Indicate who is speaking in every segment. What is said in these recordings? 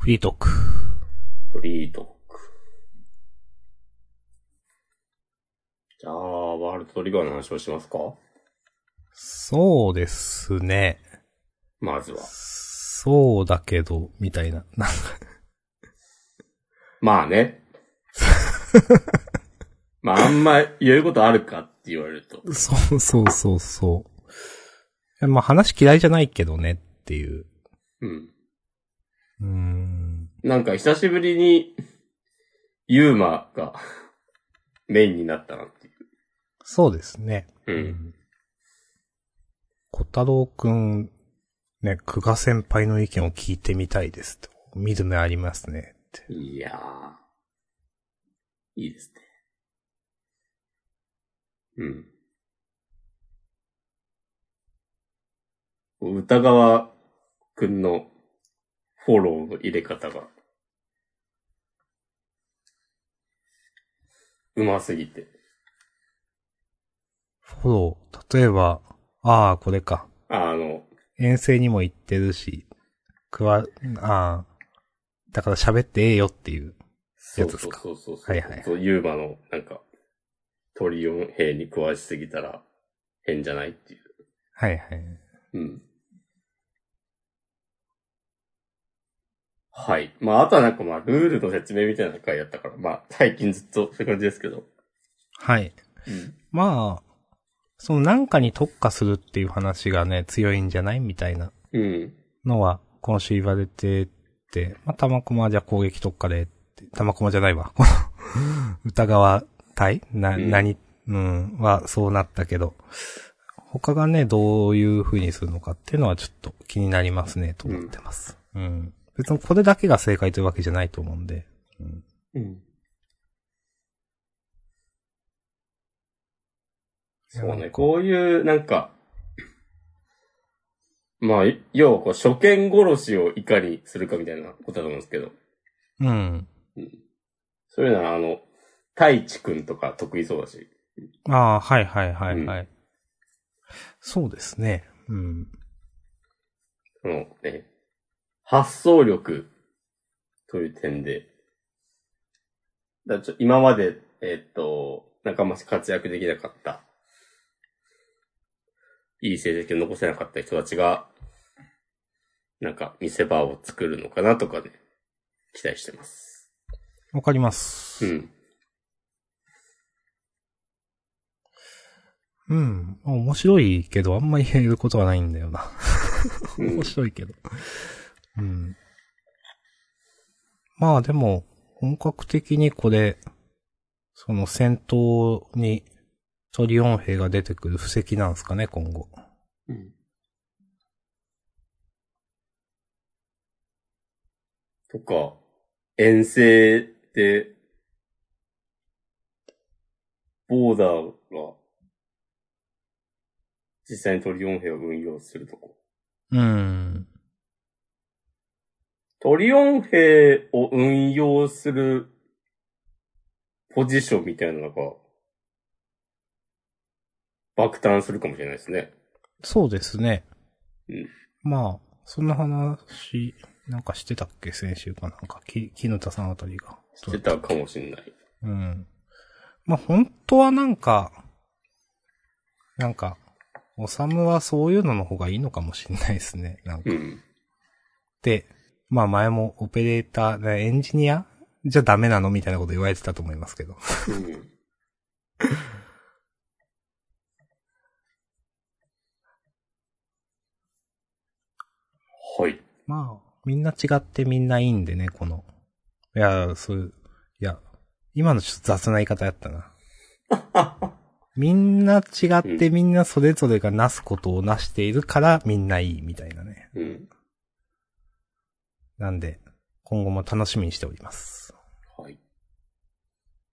Speaker 1: フリートーク。
Speaker 2: フリートーク。じゃあ、ワールドトリガーの話をしますか
Speaker 1: そうですね。
Speaker 2: まずは。
Speaker 1: そうだけど、みたいな。 なんか
Speaker 2: まあ ね。まあ、あんま言うことあるかって言われると。
Speaker 1: そうそうそうそういや。まあ話嫌いじゃないけどねっていう。
Speaker 2: うん。
Speaker 1: うーん。
Speaker 2: なんか久しぶりに、ユーマがメインになったなってい
Speaker 1: そうですね。
Speaker 2: う。うん。
Speaker 1: 小太郎くん、ね、久我先輩の意見を聞いてみたいですと。見る目ありますね。って。
Speaker 2: いやー。いいですね。うん。歌川くんのフォローの入れ方が、うますぎて。
Speaker 1: フォロー、例えば、ああ、これか。
Speaker 2: あの、
Speaker 1: 遠征にも行ってるし、くわ、ああ、だから喋ってええよっていう。
Speaker 2: そう
Speaker 1: やつですか
Speaker 2: そうそうそう。
Speaker 1: はいはい
Speaker 2: そう、ユーマの、なんか、トリオン兵に詳しすぎたら、変じゃないっていう。
Speaker 1: はいはい。
Speaker 2: うん。はい。まあ、あとはなんかまあ、ルールの説明みたいな回やったから、まあ、最近ずっとそういう感じですけど。
Speaker 1: はい。
Speaker 2: うん。
Speaker 1: まあ、そのなんかに特化するっていう話がね、強いんじゃないみたいな
Speaker 2: うん。
Speaker 1: のは、今週言われてって、まあ、玉駒じゃあ攻撃特化でって、玉駒じゃないわ。 この、歌川隊な、
Speaker 2: うん
Speaker 1: 何、うん、はそうなったけど、他がね、どういう風にするのかっていうのはちょっと気になりますね、と思ってます。うん。別にこれだけが正解というわけじゃないと思うんで。うん、
Speaker 2: うん。そうね。こういう、なんか、まあ、要はこう、初見殺しをいかにするかみたいなことだと思うんですけど。
Speaker 1: うん。
Speaker 2: そういうのは、あの、太一くんとか得意そうだし。
Speaker 1: ああ、はいはいはいはい。そうですね。うん。
Speaker 2: その、ね、発想力という点で、だちょ今まで、えっと、仲間し活躍できなかった、いい成績を残せなかった人たちが、なんか見せ場を作るのかなとかね、期待してます。
Speaker 1: わかります。
Speaker 2: うん。
Speaker 1: うん。面白いけど、あんまり言えることはないんだよな。
Speaker 2: うん
Speaker 1: 面白いけど。うん。まあでも、本格的にこれ、その戦闘にトリオン兵が出てくる布石なんですかね、今後。
Speaker 2: うんとか、遠征って、ボーダーが、実際にトリオン兵を運用するとこ。
Speaker 1: うん。
Speaker 2: トリオン兵を運用するポジションみたいなのが、爆誕するかもしれないですね。
Speaker 1: そうですね。
Speaker 2: うん
Speaker 1: まあ、そんな話、なんかしてたっけ先週かなんか、き、木田さんあたりが。
Speaker 2: してたかもしれない。
Speaker 1: うん。まあ、本当はなんか、なんか、おさむはそういうのの方がいいのかもしれないですね。なんか。
Speaker 2: うん。
Speaker 1: で、まあ前もオペレーター、ねエンジニアじゃダメなのみたいなこと言われてたと思いますけど。
Speaker 2: うんはい。
Speaker 1: まあ、みんな違ってみんないいんでね、この。いや、そういう、いや、今のちょっと雑な言い方やったな。みんな違ってみんなそれぞれがなすことをなしているからみんないいみたいなね。
Speaker 2: うん。
Speaker 1: なんで、今後も楽しみにしております。
Speaker 2: はい。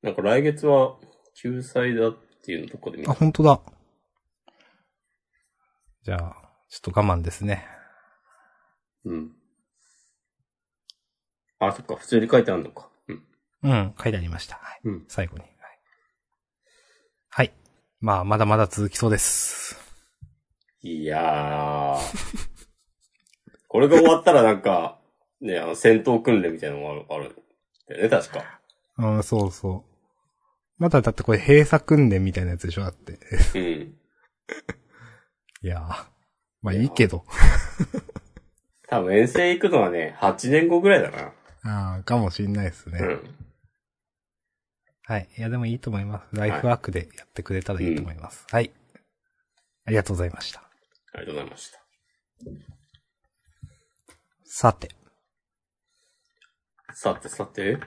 Speaker 2: なんか来月は救済だっていうのとこで見
Speaker 1: あ、
Speaker 2: た。
Speaker 1: 本当だ。じゃあ、ちょっと我慢ですね。
Speaker 2: うん。あ、そっか、普通に書いてあるのか。うん。
Speaker 1: うん、書いてありました。はい
Speaker 2: うん。
Speaker 1: 最後に。はい。はい。まあ、まだまだ続きそうです。
Speaker 2: いやー。これが終わったらなんか、ね、あの、戦闘訓練みたいなのもある、あるんだよね、確か。
Speaker 1: うん、そうそう。まだだってこれ閉鎖訓練みたいなやつでしょだって。
Speaker 2: うん。
Speaker 1: いやー。まあいいけど。
Speaker 2: 多分遠征行くのはね、8年後ぐらいだな。
Speaker 1: ああ、かもしんないですね。
Speaker 2: うん。
Speaker 1: はい。いや、でもいいと思います。ライフワークでやってくれたらいいと思います。はい。ありがとうございました。
Speaker 2: ありがとうございました。
Speaker 1: さて。
Speaker 2: さてさて。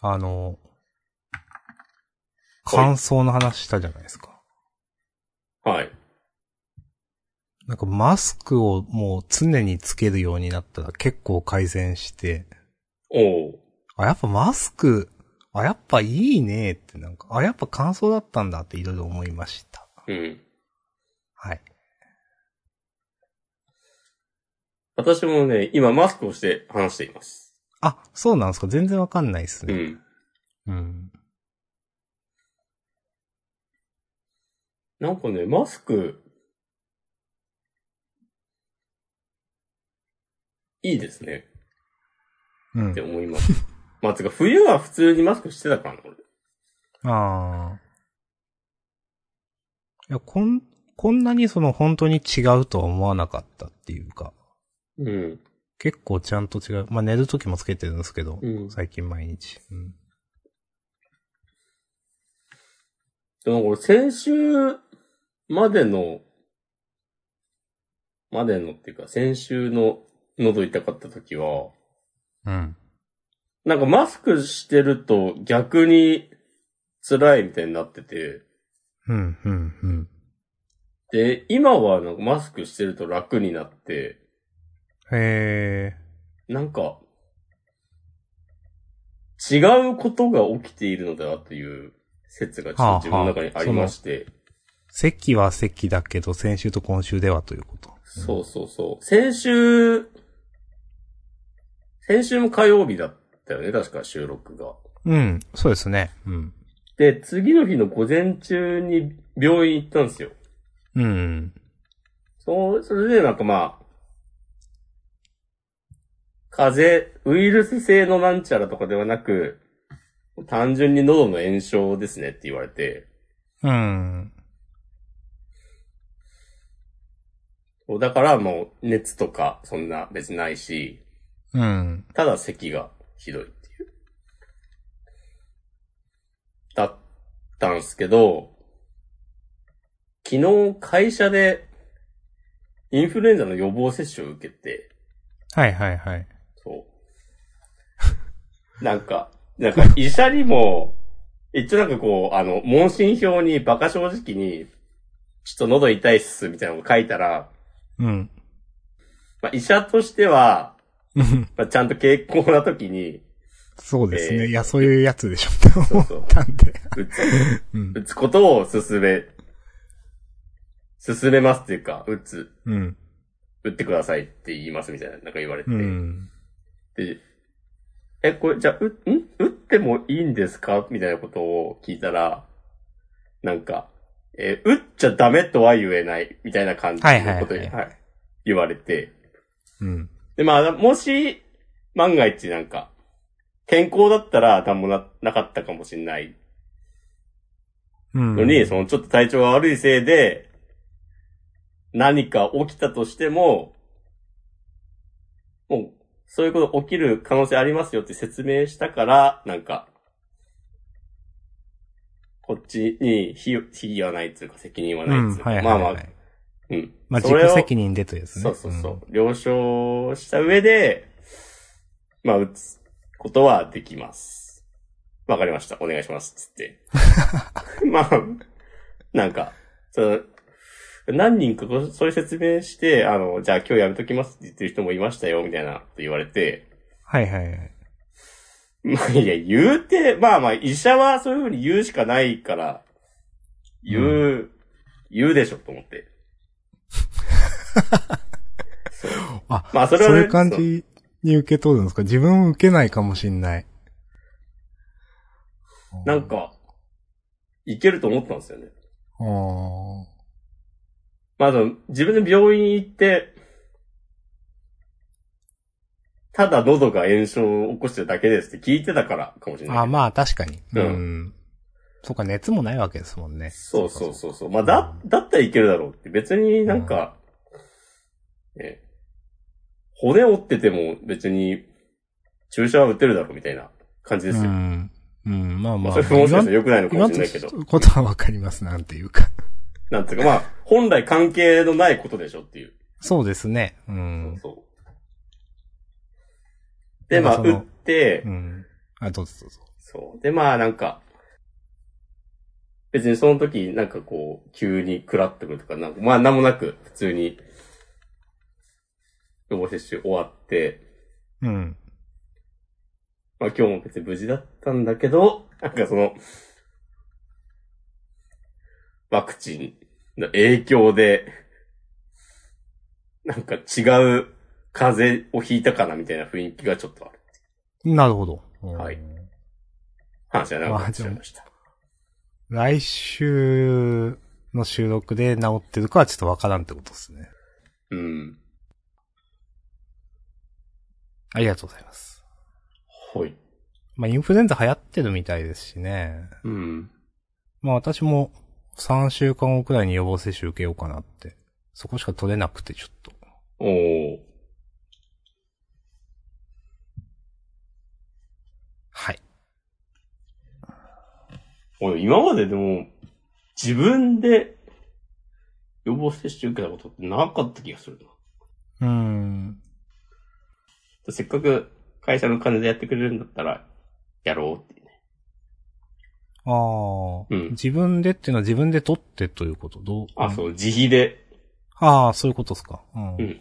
Speaker 1: あの、
Speaker 2: はい
Speaker 1: 感想の話したじゃないですか。
Speaker 2: はい。
Speaker 1: なんかマスクをもう常につけるようになったら結構改善して、
Speaker 2: おう。
Speaker 1: あ、やっぱマスク、あ、やっぱいいねってなんか、あ、やっぱ感想だったんだっていろいろ思いました。
Speaker 2: うん。
Speaker 1: はい。
Speaker 2: 私もね、今マスクをして話しています。
Speaker 1: あ、そうなんですか全然わかんないです
Speaker 2: う
Speaker 1: ね。
Speaker 2: ん。
Speaker 1: うん。
Speaker 2: なんかね、マスク、いいですね。
Speaker 1: う
Speaker 2: って
Speaker 1: ん。
Speaker 2: 思います。まあ、つうか冬は普通にマスクしてたからな、俺。
Speaker 1: ああ。いや、こん、こんなにその本当に違うとは思わなかったっていうか、
Speaker 2: うん。
Speaker 1: 結構ちゃんと違う。まあ、寝るときもつけてるんですけど、
Speaker 2: うん
Speaker 1: 最近毎日。うん。
Speaker 2: でも俺先週までの、までのっていうか、先週の喉痛かった時は、
Speaker 1: うん。
Speaker 2: なんかマスクしてると逆に辛いみたいになってて、
Speaker 1: うん、うん、うん。
Speaker 2: で、今はなんかマスクしてると楽になって、
Speaker 1: へえ。
Speaker 2: なんか、違うことが起きているのではという説がちょっと自分の中にありまして、
Speaker 1: 席は席だけど、先週と今週ではということ。
Speaker 2: そうそうそう。先週、先週も火曜日だったよね、確か収録が。
Speaker 1: うん、そうですね。うん。
Speaker 2: で、次の日の午前中に病院行ったんですよ。
Speaker 1: うん。
Speaker 2: そう、それでなんかまあ、風邪、ウイルス性のなんちゃらとかではなく、単純に喉の炎症ですねって言われて、
Speaker 1: うん。
Speaker 2: そうだからもう熱とかそんな別にないし、
Speaker 1: うん。
Speaker 2: ただ咳がひどいっていう。だったんすけど、昨日会社でインフルエンザの予防接種を受けて、
Speaker 1: はいはいはい。
Speaker 2: そう。なんか、なんか医者にも、一応なんかこう、あの、問診票に馬鹿正直に、ちょっと喉痛いっす、みたいなのを書いたら、
Speaker 1: うん。
Speaker 2: まあ、医者としては、
Speaker 1: うん
Speaker 2: まあ、ちゃんと傾向な時に、
Speaker 1: そうですね。
Speaker 2: えー
Speaker 1: いや、そういうやつでしょって
Speaker 2: そ
Speaker 1: 思
Speaker 2: う
Speaker 1: っ
Speaker 2: そう、
Speaker 1: たんで。
Speaker 2: 打つ
Speaker 1: うん。
Speaker 2: 打つことを進め、進めますっていうか、打つ、
Speaker 1: うん。
Speaker 2: 打ってくださいって言いますみたいな、なんか言われて。
Speaker 1: うん。
Speaker 2: で、え、これ、じゃあ、う、ん打ってもいいんですかみたいなことを聞いたら、なんか、えー打っちゃダメとは言えない、みたいな感じ
Speaker 1: はいはいは
Speaker 2: の
Speaker 1: い
Speaker 2: ことではい言われて。
Speaker 1: うん。
Speaker 2: で、まあ、もし、万が一なんか、健康だったら、なんもな、なかったかもしれない
Speaker 1: うん。
Speaker 2: のに、そのちょっと体調が悪いせいで、何か起きたとしても、もう、そういうこと起きる可能性ありますよって説明したから、なんか、こっちに非、非はないっていうか責任は
Speaker 1: う
Speaker 2: ない
Speaker 1: ん。
Speaker 2: っていうか、
Speaker 1: はいはいはい。
Speaker 2: まあま
Speaker 1: ま
Speaker 2: あ
Speaker 1: あ、、
Speaker 2: うん。
Speaker 1: 自己責任でというやつね。
Speaker 2: そうそうそう。了承した上で、まあ、打つことはできます。わかりました。お願いします。つって。まあ、なんか、その、何人かこうそういう説明して、あの、じゃあ今日やめときますって言ってる人もいましたよ、みたいなこと言われて、
Speaker 1: はいはいはい。
Speaker 2: まあいや、言うて、まあまあ、医者はそういうふうに言うしかないから、言う、言うでしょ、と 思って。
Speaker 1: あ、
Speaker 2: まあそれは
Speaker 1: そ
Speaker 2: ね
Speaker 1: ういう感じに受け取るんですか自分も受けないかもしんない。
Speaker 2: なんか、いけると思ったんですよね。
Speaker 1: あー。
Speaker 2: まあ、その、自分で病院行って、ただ喉が炎症を起こしてるだけですって聞いてたからかもしれない。
Speaker 1: あ、まあ確かに。う
Speaker 2: うん
Speaker 1: ん。そうか、熱もないわけですもんね。
Speaker 2: そうそうそうそう。まあ、だ、だったらいけるだろうって。別になんか、ね、骨折ってても別に注射は打ってるだろうみたいな感じですよ。
Speaker 1: うん。うん、まあ
Speaker 2: ま
Speaker 1: ま
Speaker 2: あ、
Speaker 1: あ。
Speaker 2: それもしかしたら
Speaker 1: 言わ
Speaker 2: 良くないのか
Speaker 1: 言わ
Speaker 2: も
Speaker 1: ん
Speaker 2: しれないけど。
Speaker 1: とことはわかります、なんていうか。
Speaker 2: なんていうかまあ、本来関係のないことでしょっていう。
Speaker 1: そうですね。うん。
Speaker 2: そうそう。で、まあ、
Speaker 1: なんかそ
Speaker 2: 打
Speaker 1: の
Speaker 2: って、
Speaker 1: うん。あ、どうぞどうぞ。
Speaker 2: そう。で、まあなんか、別にその時なんかこう、急にクラッとくるとか、なんかまあなんもなく、普通に、予防接種終わって、
Speaker 1: うん。
Speaker 2: まあ今日も別に無事だったんだけど、なんかその、ワクチンの影響で、なんか違う風邪をひいたかなみたいな雰囲気がちょっとある
Speaker 1: なるほど。うん
Speaker 2: はい話はなんかしちゃいました。
Speaker 1: 来週の収録で治ってるかはちょっとわからんってことですね。
Speaker 2: うん。
Speaker 1: ありがとうございます。
Speaker 2: はい。
Speaker 1: まあ、インフルエンザ流行ってるみたいですしね。
Speaker 2: うん。
Speaker 1: まあ、私も3週間後くらいに予防接種受けようかなって。そこしか取れなくてちょっと。
Speaker 2: おー。
Speaker 1: はい。
Speaker 2: 俺、今まででも、自分で予防接種受けたことってなかった気がする
Speaker 1: うーん。
Speaker 2: な。せっかく会社の金でやってくれるんだったら、やろうってね。
Speaker 1: ああ、
Speaker 2: うん
Speaker 1: 自分でっていうのは自分で取ってということどう
Speaker 2: あ、そう、自費で。
Speaker 1: ああ、そういうことですか。うん。
Speaker 2: うん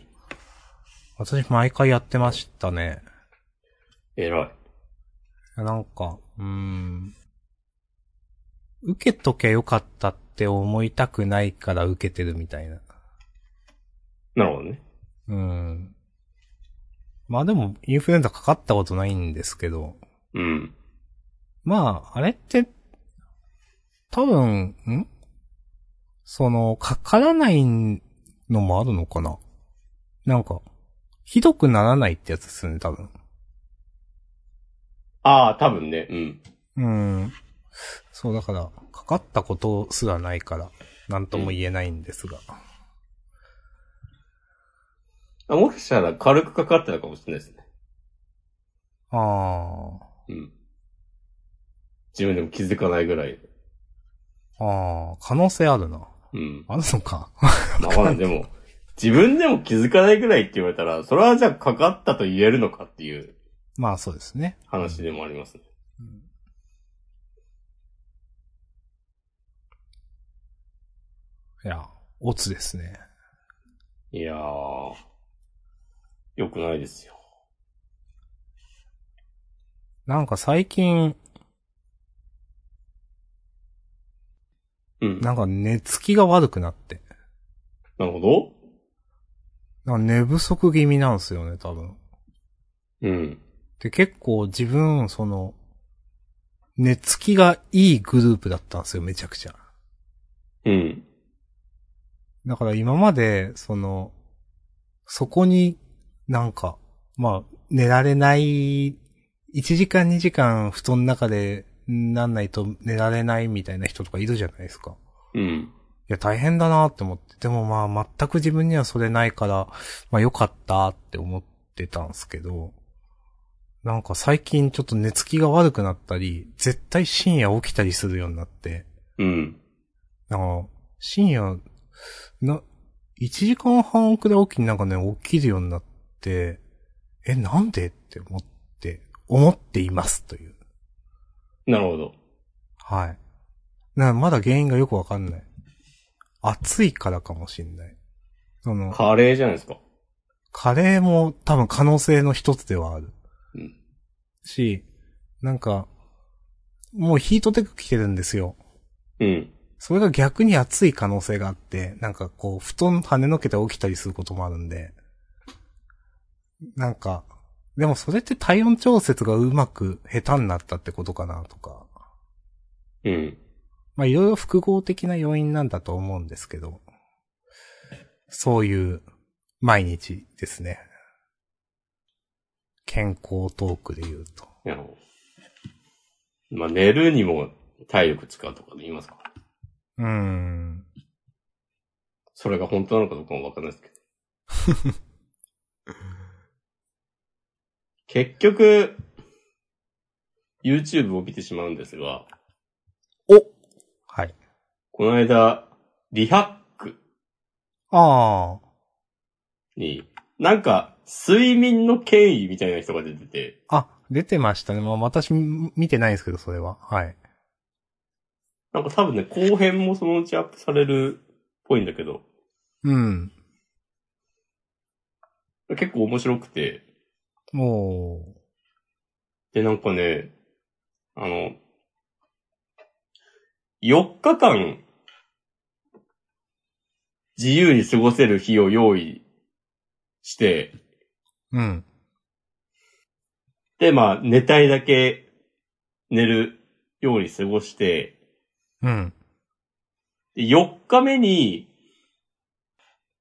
Speaker 1: 私、毎回やってましたね。
Speaker 2: 偉い。
Speaker 1: なんか、うーん。受けとけよかったって思いたくないから受けてるみたいな。
Speaker 2: なるほどね。
Speaker 1: うん。まあでも、インフルエンザかかったことないんですけど。
Speaker 2: うん。
Speaker 1: まあ、あれって、多分、んその、かからないのもあるのかななんか、ひどくならないってやつですね、多分。
Speaker 2: ああ、多分ね。うん。
Speaker 1: うん。そう、だから、かかったことすらないから、なんとも言えないんですが。
Speaker 2: あもしかしたら軽くかかってたかもしれないですね。
Speaker 1: あ
Speaker 2: うん。自分でも気づかないぐらい。
Speaker 1: あ、ああ、可能性あるな。
Speaker 2: うん。
Speaker 1: あるのか。
Speaker 2: まあまあ、でも、自分でも気づかないぐらいって言われたら、それはじゃあかかったと言えるのかっていう
Speaker 1: まあそうですね。
Speaker 2: 話でもありますね。
Speaker 1: いや、オツですね。
Speaker 2: いやー、良くないですよ。
Speaker 1: なんか最近、
Speaker 2: うん。な
Speaker 1: なんか寝つきが悪くなって。
Speaker 2: るほど。
Speaker 1: なんか寝不足気味なんですよね、多分。
Speaker 2: うん。
Speaker 1: で、結構自分、その、寝つきがいいグループだったんですよ、めちゃくちゃ。
Speaker 2: うん。
Speaker 1: だから今まで、その、そこになんか、まあ、寝られない、1時間2時間布団の中でなんないと寝られないみたいな人とかいるじゃないですか。
Speaker 2: うん。
Speaker 1: いや、大変だなって思って。でもまあ、全く自分にはそれないから、まあ良かったって思ってたんすけど、なんか最近ちょっと寝つきが悪くなったり、絶対深夜起きたりするようになって、
Speaker 2: うん。
Speaker 1: なんか、深夜、な、1時間半くらい起きになんかね、起きるようになって、え、なんでって思って、思っていますという。
Speaker 2: なるほど。
Speaker 1: はい。な、まだ原因がよくわかんない。暑いからかもしんない。その、
Speaker 2: カレーじゃないですか。
Speaker 1: カレーも多分可能性の一つではある。
Speaker 2: うん。
Speaker 1: し、なんか、もうヒートテック着てるんですよ。
Speaker 2: うん。
Speaker 1: それが逆に暑い可能性があって、なんかこう、布団跳ねのけて起きたりすることもあるんで。なんか、でもそれって体温調節がうまく下手になったってことかなとか。
Speaker 2: うん。
Speaker 1: まあいろいろ複合的な要因なんだと思うんですけど、そういう毎日ですね。健康トークで言うと。
Speaker 2: いやまあ、寝るにも体力使うとかで言いますか
Speaker 1: うーん。
Speaker 2: それが本当なのかどうかもわかんないですけど。結局、YouTube を見てしまうんですが、
Speaker 1: はい。
Speaker 2: この間、リハック
Speaker 1: あ
Speaker 2: に、なんか、睡眠の権威みたいな人が出てて、
Speaker 1: あ。あ、出てましたね。まあ私み見てないんですけど、それは。はい。
Speaker 2: なんか多分ね、後編もそのうちアップされるっぽいんだけど、
Speaker 1: うん。
Speaker 2: 結構面白くて、
Speaker 1: もう、
Speaker 2: で、なんかね、あの、4日間、自由に過ごせる日を用意して、
Speaker 1: うん。
Speaker 2: で、まあ、寝たいだけ寝るように過ごして、
Speaker 1: うん。
Speaker 2: で4日目に、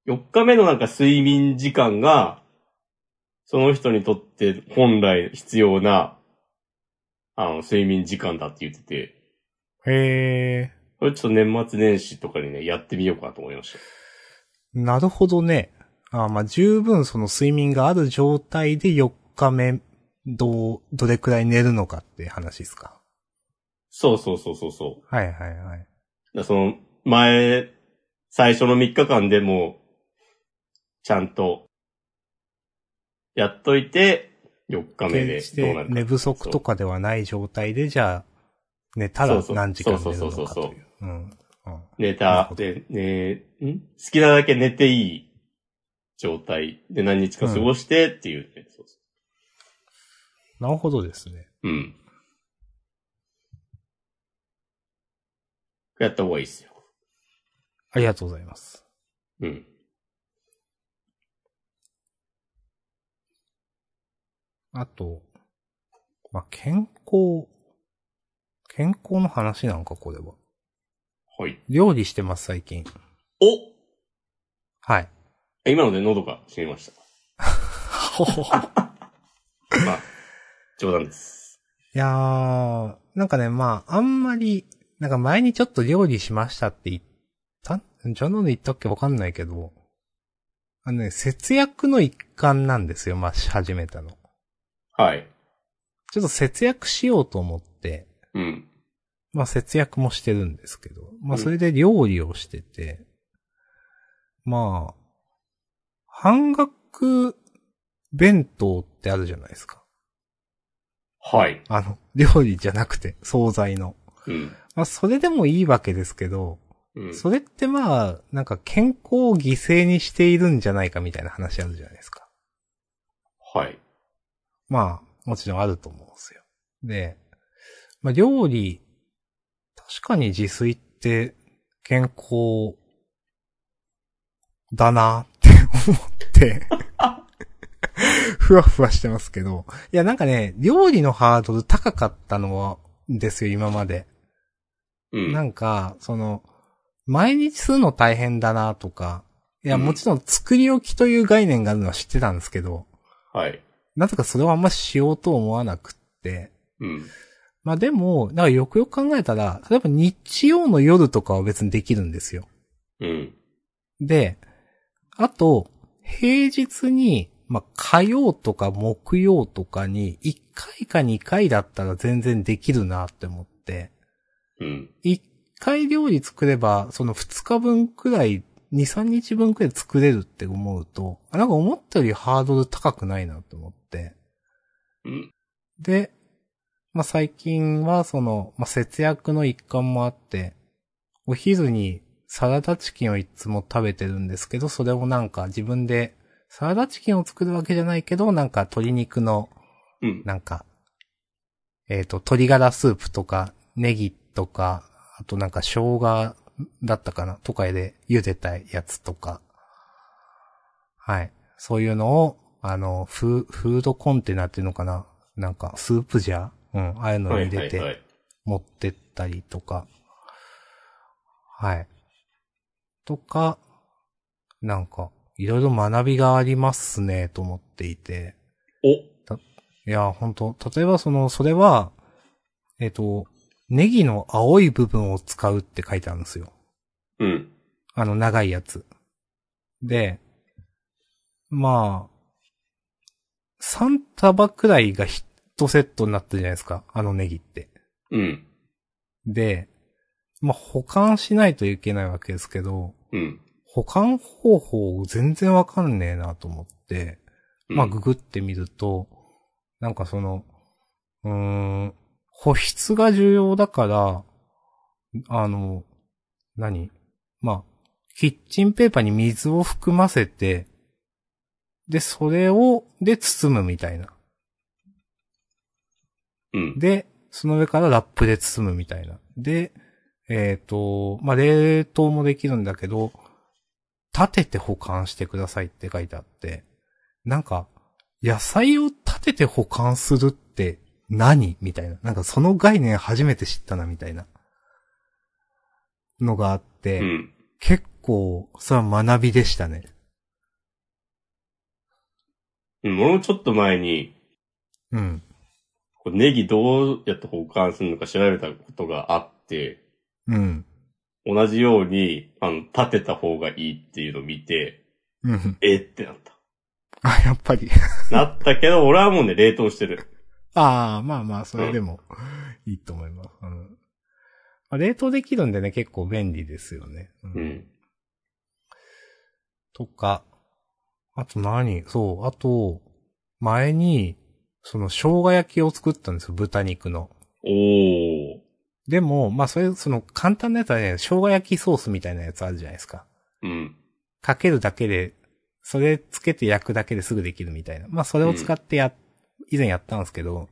Speaker 2: 4日目のなんか睡眠時間が、その人にとって本来必要な、あの、睡眠時間だって言ってて、
Speaker 1: へえ。
Speaker 2: これちょっと年末年始とかにね、やってみようかと思いました。
Speaker 1: なるほどね。あまあ十分その睡眠がある状態で4日目、どう、どれくらい寝るのかって話ですか。
Speaker 2: そうそうそうそうそう。だか
Speaker 1: はいはいはい。
Speaker 2: らその、前、最初の3日間でも、ちゃんと、やっといて、4日目で
Speaker 1: し
Speaker 2: どう
Speaker 1: て
Speaker 2: なるか。
Speaker 1: 寝不足とかではない状態で、じゃあ、寝た
Speaker 2: そ
Speaker 1: ら
Speaker 2: うそう
Speaker 1: 何時間寝るの
Speaker 2: そう
Speaker 1: か
Speaker 2: そうそう
Speaker 1: と
Speaker 2: そう
Speaker 1: いう。うん。うん
Speaker 2: 寝
Speaker 1: なる
Speaker 2: た
Speaker 1: ほ、ど
Speaker 2: で、ね、ん好きなだけ寝ていい状態で何日か過ごしてっていうね。そうそ
Speaker 1: なるほどですね。
Speaker 2: ううん。やった方がいいっすよ。
Speaker 1: ありがとうございます。
Speaker 2: うん。
Speaker 1: あと、まあ、健康、健康の話なんかこれは。
Speaker 2: はい。
Speaker 1: 料理してます最近。
Speaker 2: お
Speaker 1: はい。
Speaker 2: 今ので喉が閉めました。まあ、 冗談です。
Speaker 1: いやー、なんかね、まあ、あんまり、なんか前にちょっと料理しましたって言ったジョノで言ったっけわかんないけど、あのね、節約の一環なんですよ、まあ、し始めたの。
Speaker 2: はい。
Speaker 1: ちょっと節約しようと思って、
Speaker 2: うん。
Speaker 1: まあ、節約もしてるんですけど、ま
Speaker 2: う
Speaker 1: あ、
Speaker 2: ん
Speaker 1: それで料理をしてて、まあ、半額弁当ってあるじゃないですか。
Speaker 2: はい。
Speaker 1: あの、 料理じゃなくて、惣菜の。
Speaker 2: うん。
Speaker 1: まあ、それでもいいわけですけど、
Speaker 2: うん。
Speaker 1: それってまあ、なんか健康を犠牲にしているんじゃないかみたいな話あるじゃないですか。
Speaker 2: はい。
Speaker 1: まあ、もちろんあると思うんですよ。で、まあ料理、確かに自炊って健康だなって思って、 ふわふわしてますけど、いやなんかね、料理のハードル高かったのは、ですよ、今まで。
Speaker 2: うん。
Speaker 1: なんか、その、毎日するの大変だなとか、いや、
Speaker 2: うん
Speaker 1: もちろん作り置きという概念があるのは知ってたんですけど、
Speaker 2: はい。
Speaker 1: なぜかそれをあんましようと思わなくって。
Speaker 2: うん。
Speaker 1: まあでも、なんかよくよく考えたら、例えば日曜の夜とかは別にできるんですよ。
Speaker 2: うん。
Speaker 1: で、あと、平日に、まあ火曜とか木曜とかに、1回か2回だったら全然できるなって思って。
Speaker 2: うん。
Speaker 1: 一回料理作れば、その二日分くらい、二三日分くらい作れるって思うと、あなんか思ったよりハードル高くないなって思って。
Speaker 2: うん。
Speaker 1: で、まあ、最近はその、まあ、節約の一環もあって、お昼にサラダチキンをいつも食べてるんですけど、それをなんか自分で、サラダチキンを作るわけじゃないけど、なんか鶏肉の
Speaker 2: うん。
Speaker 1: なんか、えっ、と、鶏ガラスープとか、ネギとか、あとなんか生姜だったかなとかで茹でたやつとか。はい。そういうのを、あの、フー、フードコンテナっていうのかななんか、スープジャーうん。ああいうの
Speaker 2: は
Speaker 1: に
Speaker 2: い
Speaker 1: 入
Speaker 2: は
Speaker 1: れ
Speaker 2: いは
Speaker 1: て、
Speaker 2: い。
Speaker 1: 持ってったりとか。はい。とか、なんか、いろいろ学びがありますね、と思っていて。
Speaker 2: お。
Speaker 1: いや、本当例えばその、それは、えっ、と、ネギの青い部分を使うって書いてあるんですよ。
Speaker 2: うん。
Speaker 1: あの、長いやつ。で、まあ、3束くらいがヒットセットになったじゃないですか。あのネギって。
Speaker 2: うん。
Speaker 1: で、まあ、保管しないといけないわけですけど、
Speaker 2: うん。
Speaker 1: 保管方法全然わかんねえなと思って、まあ、ググってみると、なんかその、うーん、保湿が重要だから、あの、何まあ、キッチンペーパーに水を含ませて、で、それを、で包むみたいな。
Speaker 2: うん。
Speaker 1: で、その上からラップで包むみたいな。で、えっ、と、まあ、冷凍もできるんだけど、立てて保管してくださいって書いてあって、なんか、野菜を立てて保管するって何みたいな。なんかその概念初めて知ったな、みたいな。のがあって、
Speaker 2: うん。
Speaker 1: 結構、それは学びでしたね。
Speaker 2: うん。もうちょっと前に、
Speaker 1: うん。
Speaker 2: こうネギどうやって保管するのか調べたことがあって、
Speaker 1: うん。
Speaker 2: 同じように、あの、立てた方がいいっていうのを見て、
Speaker 1: うん。
Speaker 2: えってなった。
Speaker 1: あ、やっぱり。
Speaker 2: なったけど、俺はもうね、冷凍してる。
Speaker 1: ああ、まあまあ、それでもいいと思います。うんまあ冷凍できるんでね、結構便利ですよね。う
Speaker 2: うん。
Speaker 1: とか、あと何そう、あと、前に、その生姜焼きを作ったんですよ、豚肉の。
Speaker 2: おー。
Speaker 1: でも、まあそれ、その簡単なやつはね、生姜焼きソースみたいなやつあるじゃないですか。
Speaker 2: うん。
Speaker 1: かけるだけで、それつけて焼くだけですぐできるみたいな。まあそれを使ってや、以前やったんですけど、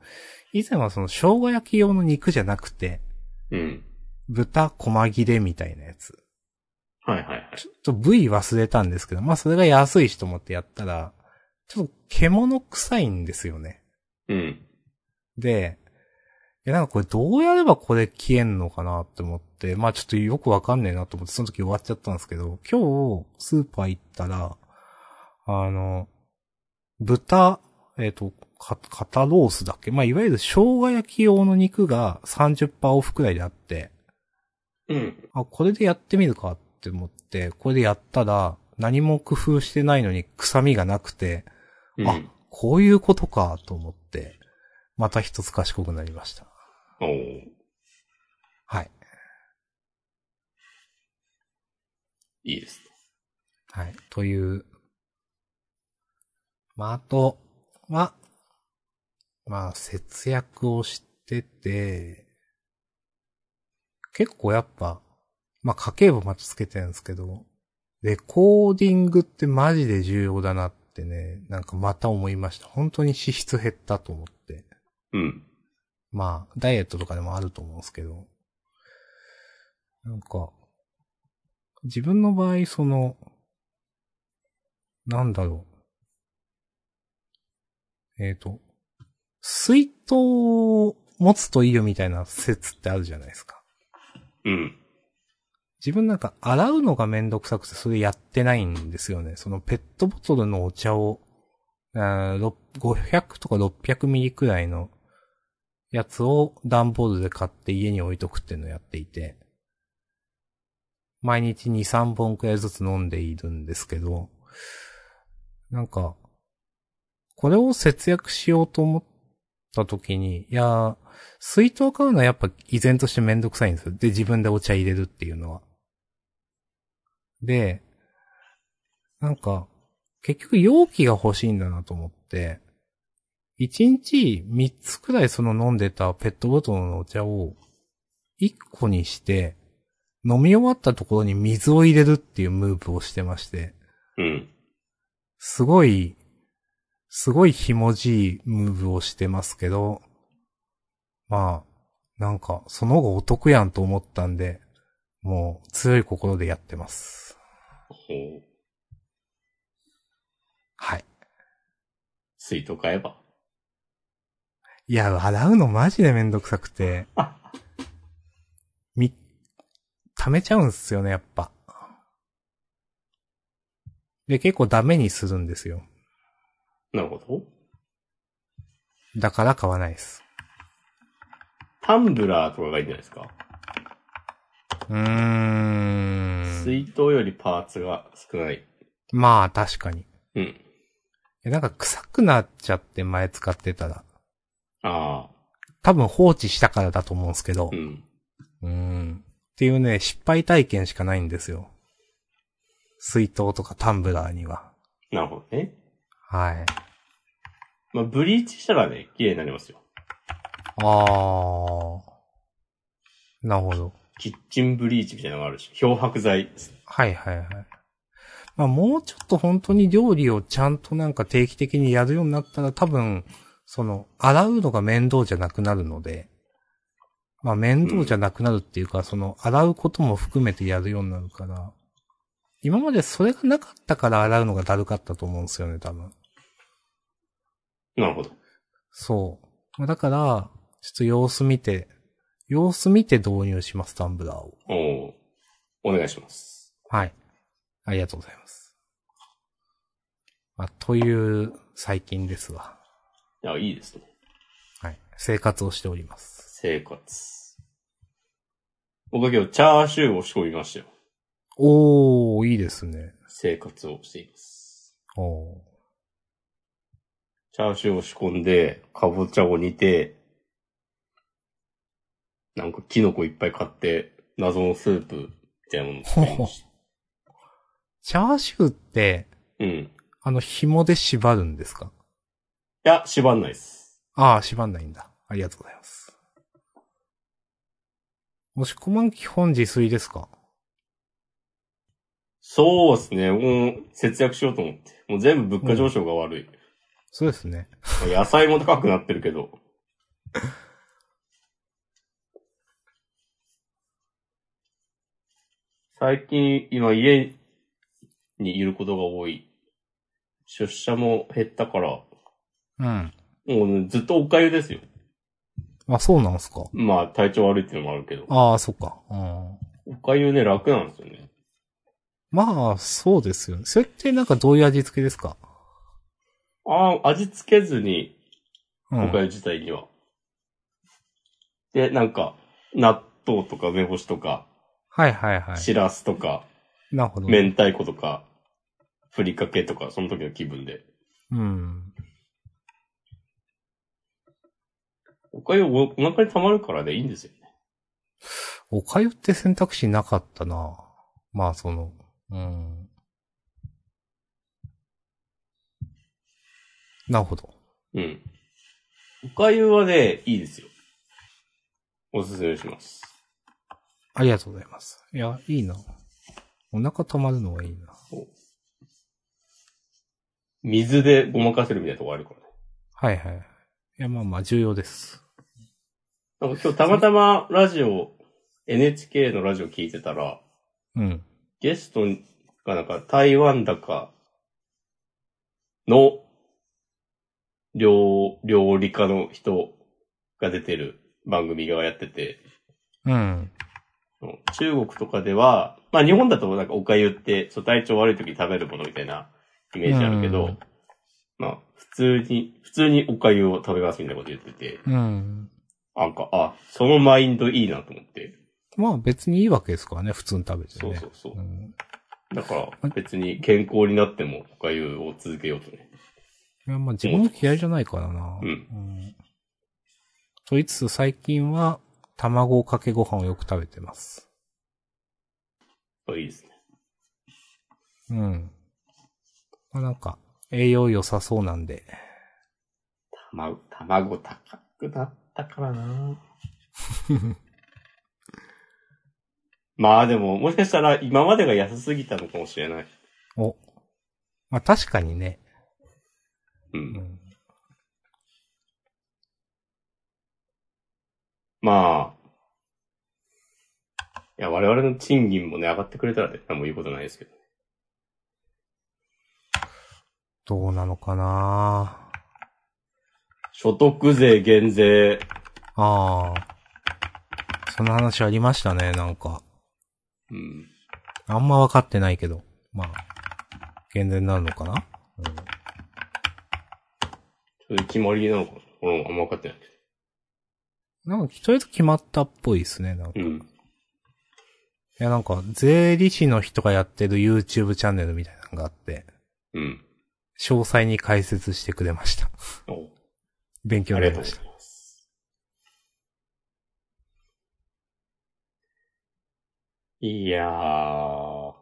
Speaker 1: 以前はその生姜焼き用の肉じゃなくて、
Speaker 2: うん。
Speaker 1: 豚細切れみたいなやつ。
Speaker 2: はいはいはい。
Speaker 1: ちょっと部位忘れたんですけど、まあそれが安いしと思ってやったら、ちょっと獣臭いんですよね。
Speaker 2: うん。
Speaker 1: で、いやなんかこれどうやればこれ消えんのかなって思って、まあちょっとよくわかんねえなと思ってその時終わっちゃったんですけど、今日スーパー行ったら、あの、豚、えっ、と、か肩ロースだっけまあいわゆる生姜焼き用の肉が30%オフくらいであって、
Speaker 2: うん。
Speaker 1: あ、これでやってみるかって思って、これでやったら、何も工夫してないのに臭みがなくて、
Speaker 2: うん。
Speaker 1: あ、こういうことかと思って、また一つ賢くなりました。
Speaker 2: おー。
Speaker 1: はい。
Speaker 2: いいですね。
Speaker 1: はい。という。まあ、あとは、まあ、節約をしてて、結構やっぱ、まあ、家計簿またつけてるんですけど、レコーディングってマジで重要だなってね、なんかまた思いました。本当に支出減ったと思って。
Speaker 2: うん。
Speaker 1: まあ、ダイエットとかでもあると思うんですけど、なんか、自分の場合、その、なんだろう。えっ、と、水筒を持つといいよみたいな説ってあるじゃないですか。
Speaker 2: うん。
Speaker 1: 自分なんか洗うのがめんどくさくてそれやってないんですよね。そのペットボトルのお茶を、あーろ500とか600ミリくらいのやつを段ボールで買って家に置いとくっていうのをやっていて、毎日2、3本くらいずつ飲んでいるんですけど、なんか、これを節約しようと思った時に、いやー、水筒買うのはやっぱ依然としてめんどくさいんですよ。で、自分でお茶入れるっていうのは。で、なんか、結局容器が欲しいんだなと思って、1日3つくらいその飲んでたペットボトルのお茶を1個にして、飲み終わったところに水を入れるっていうムーブをしてまして、
Speaker 2: うん。
Speaker 1: すごい、すごいひもじいムーブをしてますけど、まあ、なんか、その後お得やんと思ったんで、もう強い心でやってます。
Speaker 2: おー。
Speaker 1: はい。
Speaker 2: 水筒買えば。
Speaker 1: いや、洗うのマジでめんどくさくて、み、溜めちゃうんすよね、やっぱ。で、結構ダメにするんですよ。
Speaker 2: なるほど。
Speaker 1: だから買わないです。
Speaker 2: タンブラーとかがいいんじゃないですか、
Speaker 1: うーん。
Speaker 2: 水筒よりパーツが少ない。
Speaker 1: まあ、確かに。
Speaker 2: うん。
Speaker 1: えなんか臭くなっちゃって前使ってたら。
Speaker 2: ああ。
Speaker 1: 多分放置したからだと思うんですけど
Speaker 2: う。ん。
Speaker 1: うーん。っていうね、失敗体験しかないんですよ。水筒とかタンブラーには。
Speaker 2: なるほどね。
Speaker 1: はい。
Speaker 2: まあ、ブリーチしたらね、綺麗になりますよ。
Speaker 1: あー。なるほど。
Speaker 2: キッチンブリーチみたいなのがあるし、漂白剤。
Speaker 1: はいはいはい。まあもうちょっと本当に料理をちゃんとなんか定期的にやるようになったら多分、その、洗うのが面倒じゃなくなるので、まあ面倒じゃなくなるっていうか、その、洗うことも含めてやるようになるから、今までそれがなかったから洗うのがだるかったと思うんですよね、多分。
Speaker 2: なるほど。
Speaker 1: そう。まあだから、ちょっと様子見て、様子見て導入します、タンブラーを。
Speaker 2: おお。お願いします。
Speaker 1: はい。ありがとうございます。まあ、という、最近ですわ。
Speaker 2: いや、いいですね。
Speaker 1: はい。生活をしております。
Speaker 2: 生活。僕は今日チャーシューを仕込みましたよ。
Speaker 1: おー、いいですね。
Speaker 2: 生活をしています。
Speaker 1: おー。
Speaker 2: チャーシューを仕込んで、かぼちゃを煮て、なんかキノコいっぱい買って、謎のスープみたいなものを作りました。
Speaker 1: チャーシューって、
Speaker 2: うん。い
Speaker 1: あの、紐で縛るんですか
Speaker 2: や、縛んないです。
Speaker 1: ああ、縛んないんだ。ありがとうございます。もしこまん基本自炊ですか
Speaker 2: そうですね。もう節約しようと思って。もう全部物価上昇が悪い。
Speaker 1: そうですね。
Speaker 2: まあ野菜も高くなってるけど。最近、今家にいることが多い。出社も減ったから、も
Speaker 1: うん。
Speaker 2: うね、ずっとおかゆですよ。
Speaker 1: あ、そうなんすか
Speaker 2: まあ、体調悪いっていうのもあるけど。
Speaker 1: ああ、そっか。うん。
Speaker 2: おかゆね、楽なんですよね。
Speaker 1: まあ、そうですよね。それってなんかどういう味付けですか
Speaker 2: ああ、味付けずに、
Speaker 1: う
Speaker 2: お
Speaker 1: ん
Speaker 2: かゆ自体には。で、なんか、納豆とか梅干しとか、
Speaker 1: はいはいはい。
Speaker 2: しらすとか、
Speaker 1: なるほど。
Speaker 2: 明太子とか、ふりかけとか、その時の気分で。
Speaker 1: うん。
Speaker 2: おかゆおお腹に溜まるからね、いいんですよね。
Speaker 1: おかゆって選択肢なかったなまあその、うん。なるほど。
Speaker 2: うん。おかゆはね、いいですよ。おすすめします。
Speaker 1: ありがとうございます。いや、いいなお腹溜まるのはいいな
Speaker 2: 水でごまかせるみたいなとこあるからね。
Speaker 1: はいはい。いや、まあまあ重要です。
Speaker 2: なんか今日たまたまラジオ、NHK のラジオ聞いてたら、
Speaker 1: うん。
Speaker 2: ゲストがなんか台湾だかの料、料理家の人が出てる番組がやってて、
Speaker 1: うん。
Speaker 2: 中国とかでは、まあ日本だとなんかおかゆって、そう体調悪い時に食べるものみたいなイメージあるけど、
Speaker 1: うん
Speaker 2: まあ普通に、普通におかゆを食べますみたいなこと言ってて、
Speaker 1: うん。
Speaker 2: なんか、あ、そのマインドいいなと思って。
Speaker 1: まあ別にいいわけですからね、普通に食べてね。
Speaker 2: そうそうそう。
Speaker 1: うん
Speaker 2: だから別に健康になってもおかゆを続けようとね。
Speaker 1: いや、まあ自分も嫌いじゃないからな。
Speaker 2: うん
Speaker 1: んと言いつつ最近は、卵かけご飯をよく食べてます。
Speaker 2: あいいですね。
Speaker 1: うん。まあなんか、栄養良さそうなんで。
Speaker 2: 卵、卵高くなったから なまあでも、もしかしたら今までが安すぎたのかもしれない。
Speaker 1: お。まあ確かにね。
Speaker 2: う。
Speaker 1: うんん。
Speaker 2: まあ。いや、我々の賃金もね、上がってくれたらね、何も言うことないですけど。
Speaker 1: どうなのかな
Speaker 2: 所得税減税、
Speaker 1: ああ。その話ありましたね、なんか。
Speaker 2: うん。
Speaker 1: あんま分かってないけど。まあ、減税になるのかな、うん、
Speaker 2: そういう決まりなのかな。俺もあんま分かってない。
Speaker 1: なんか、とりあえず決まったっぽいですね、なんか。
Speaker 2: う
Speaker 1: い
Speaker 2: ん。
Speaker 1: や、なんか、税理士の人がやってる YouTube チャンネルみたいなのがあって、
Speaker 2: うん。
Speaker 1: 詳細に解説してくれました。
Speaker 2: お
Speaker 1: 勉強
Speaker 2: あ
Speaker 1: に
Speaker 2: り
Speaker 1: な
Speaker 2: が
Speaker 1: り
Speaker 2: と
Speaker 1: まし
Speaker 2: うござい
Speaker 1: た。
Speaker 2: ます。いやー。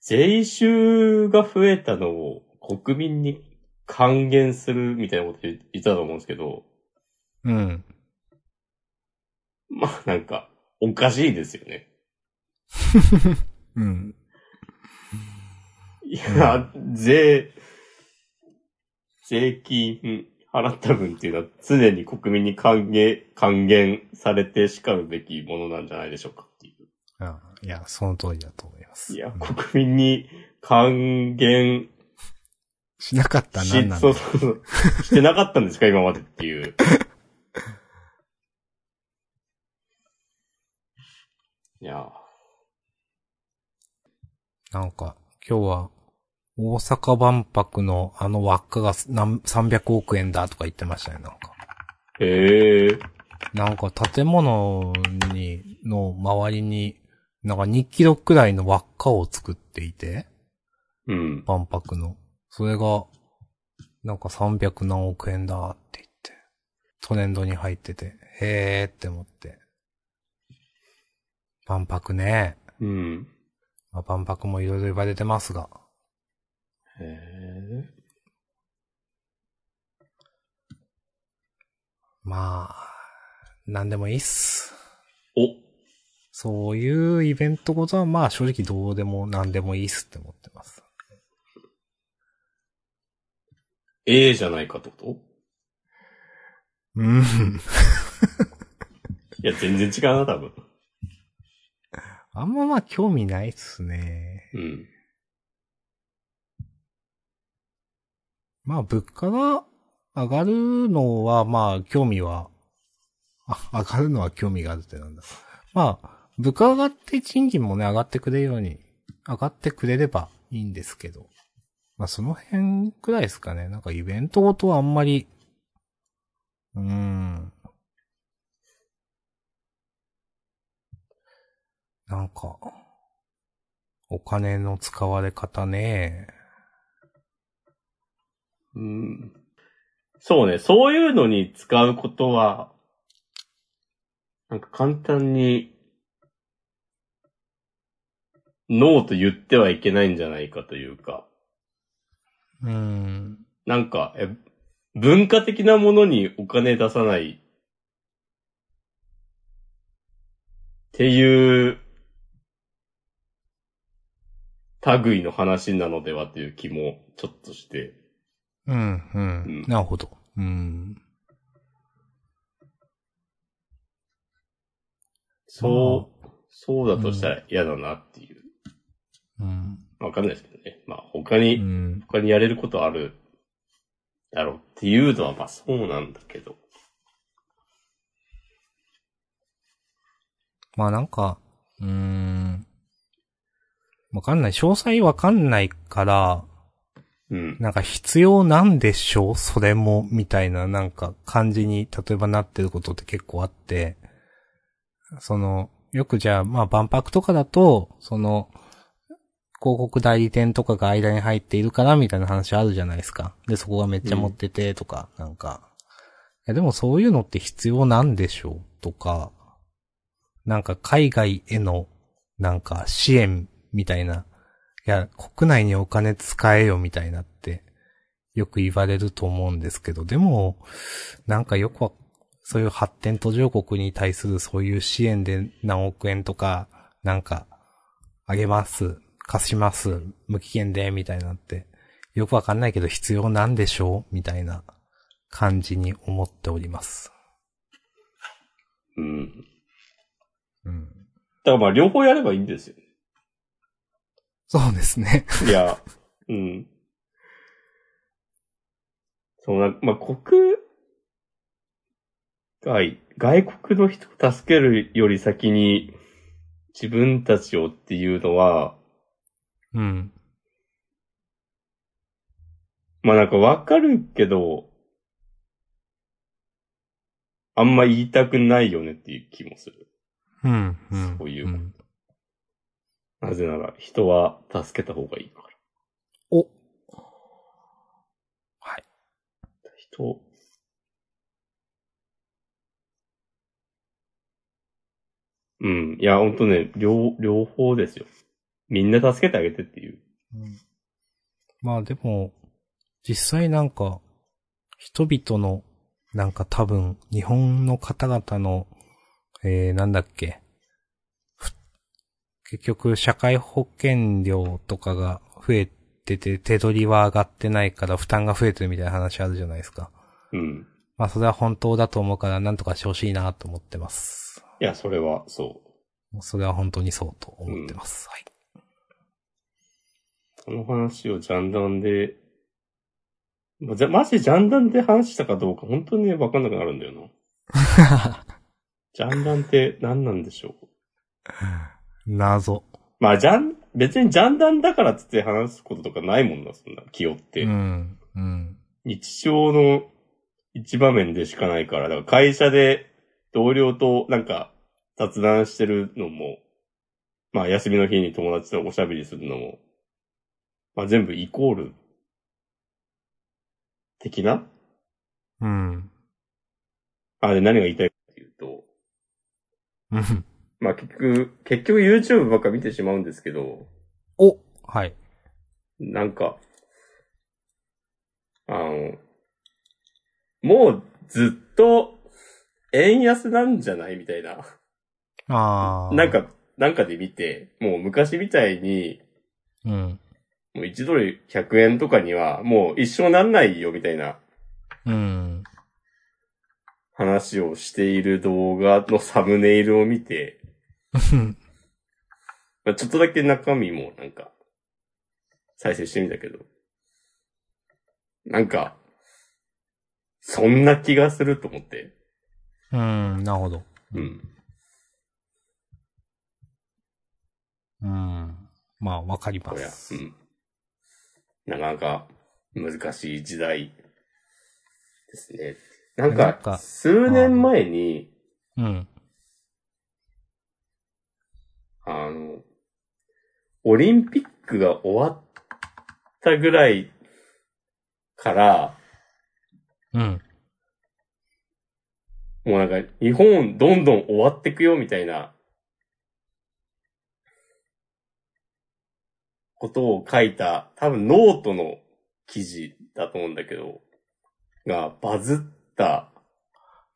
Speaker 2: 税収が増えたのを国民に還元するみたいなこと言ってたと思うんですけど、
Speaker 1: うん。
Speaker 2: まあなんか、おかしいですよね。
Speaker 1: うん。
Speaker 2: いや、税、税金払った分っていうのは常に国民に還元、還元されてしかるべきものなんじゃないでしょうかってい
Speaker 1: あいや、その通りだと思いま
Speaker 2: う。
Speaker 1: す。
Speaker 2: いや、
Speaker 1: うん
Speaker 2: 国民に還元
Speaker 1: しなかったら
Speaker 2: し、
Speaker 1: 何なんだ
Speaker 2: そ
Speaker 1: よ
Speaker 2: うそうそう、してなかったんですか今までっていう。 いや、
Speaker 1: なんか、今日は、大阪万博のあの輪っかが何300億円だとか言ってましたね、なんか。
Speaker 2: へえ、
Speaker 1: なんか建物に、の周りに、なんか2キロくらいの輪っかを作っていて、
Speaker 2: うん。
Speaker 1: 万博の。それが、なんか300何億円だって言って、トレンドに入ってて、へーって思って。万博ね。
Speaker 2: うん。
Speaker 1: まあ、万博もいろいろ言われてますが。
Speaker 2: へえ。
Speaker 1: まあ、なんでもいいっす。
Speaker 2: お、
Speaker 1: そういうイベントごとはまあ正直どうでもなんでもいいっすって思ってます。
Speaker 2: ええじゃないかってこと
Speaker 1: うん。
Speaker 2: いや、全然違うな、多分。
Speaker 1: あんままあ興味ないっすね。
Speaker 2: うん。
Speaker 1: まあ物価が上がるのはまあ興味は、あ、上がるのは興味があるってなんだ。まあ、物価上がって賃金もね上がってくれるように、上がってくれればいいんですけど。まあその辺くらいですかね。なんかイベントごとはあんまり、うーん。なんか、お金の使われ方ね。
Speaker 2: うん。そうね、そういうのに使うことは、なんか簡単に、ノーと言ってはいけないんじゃないかというか、
Speaker 1: うーん。
Speaker 2: なんか、え文化的なものにお金出さない、っていう、類の話なのではという気もちょっとして、
Speaker 1: うん、う
Speaker 2: うん
Speaker 1: ん。なるほど。うん。
Speaker 2: そう、そうだとしたら嫌だなっていう。
Speaker 1: うん。
Speaker 2: わかんないですけどね。まあ他
Speaker 1: う
Speaker 2: に、
Speaker 1: ん。
Speaker 2: 他にやれることあるだろうっていうのはまあそうなんだけど。
Speaker 1: まあなんか、うーん。わかんない。詳細わかんないから、
Speaker 2: うん。
Speaker 1: なんか必要なんでしょうそれも、みたいな、なんか感じに、例えばなってることって結構あって、その、よくじゃあ、まあ万博とかだと、その、広告代理店とかが間に入っているから、みたいな話あるじゃないですか。で、そこがめっちゃ持ってて、とか、なんか。いや、でもそういうのって必要なんでしょうとか、なんか海外への、なんか支援みたいな、いや、国内にお金使えよみたいなって、よく言われると思うんですけど、でも、なんかよくわそういう発展途上国に対するそういう支援で何億円とか、なんか、あげます、貸します、無期限で、みたいなって、よくわかんないけど必要なんでしょうみたいな感じに思っております。
Speaker 2: うん。
Speaker 1: うん。
Speaker 2: だからまあ両方やればいいんですよ。
Speaker 1: そうですね。
Speaker 2: いや、うん。そのな、まあ、国外、外国の人を助けるより先に自分たちをっていうのは、
Speaker 1: うん。
Speaker 2: ままあなんかわかるけど、あんま言いたくないよねっていう気もする。
Speaker 1: うん、うん。。
Speaker 2: そういううんなぜなら人は助けた方がいいから。
Speaker 1: おはい。
Speaker 2: 人、うん。いや、ほんとね、両、両方ですよ。みんな助けてあげてっていう。
Speaker 1: うんまあでも、実際なんか、人々の、なんか多分、日本の方々の、えー、なんだっけ、ふ結局、社会保険料とかが増えてて、手取りは上がってないから負担が増えてるみたいな話あるじゃないですか。
Speaker 2: うん。
Speaker 1: まあそれは本当だと思うから、なんとかしてほしいなと思ってます。
Speaker 2: いや、それは、そ
Speaker 1: それは本当にそうと思ってます。はい。
Speaker 2: う。この話をジャンダンで、まじゃ、マジでジャンダンで話したかどうか、本当にね、わかんなくなるんだよな。ジャンダンって何なんでしょう
Speaker 1: 謎。
Speaker 2: まあ、ジャン、別にジャンダンだからっつって話すこととかないもんな、そんな、気負って。
Speaker 1: うん。うん。
Speaker 2: 日常の一場面でしかないから、だから会社で同僚となんか雑談してるのも、まあ休みの日に友達とおしゃべりするのも、まあ全部イコール的な
Speaker 1: うん。
Speaker 2: あ、で何が言いたいかっていうと、
Speaker 1: うん。
Speaker 2: まあ結局、結局 YouTube ばっか見てしまうんですけど、
Speaker 1: おはい。
Speaker 2: なんか、あの、もうずっと円安なんじゃないみたいな。
Speaker 1: ああ。
Speaker 2: なん、か、なんかで見て、もう昔みたいに、
Speaker 1: うん。
Speaker 2: もう1ドル100円とかにはもう一生なんないよみたいな
Speaker 1: うん。
Speaker 2: 話をしている動画のサムネイルを見て、まあちょっとだけ中身もなんか、再生してみたけど、なんか、そんな気がすると思って。
Speaker 1: うん、なるほど。
Speaker 2: うん。
Speaker 1: うん。まあ、わかりま
Speaker 2: こりゃ、
Speaker 1: す
Speaker 2: う。ん。なかなか難しい時代ですね。なん
Speaker 1: な
Speaker 2: か
Speaker 1: ん、か
Speaker 2: 数年前に、
Speaker 1: うん。
Speaker 2: あの、オリンピックが終わったぐらいから、
Speaker 1: うん。
Speaker 2: もうなんか、日本どんどん終わってくよみたいな、ことを書いた、多分ノートの記事だと思うんだけど、がバズった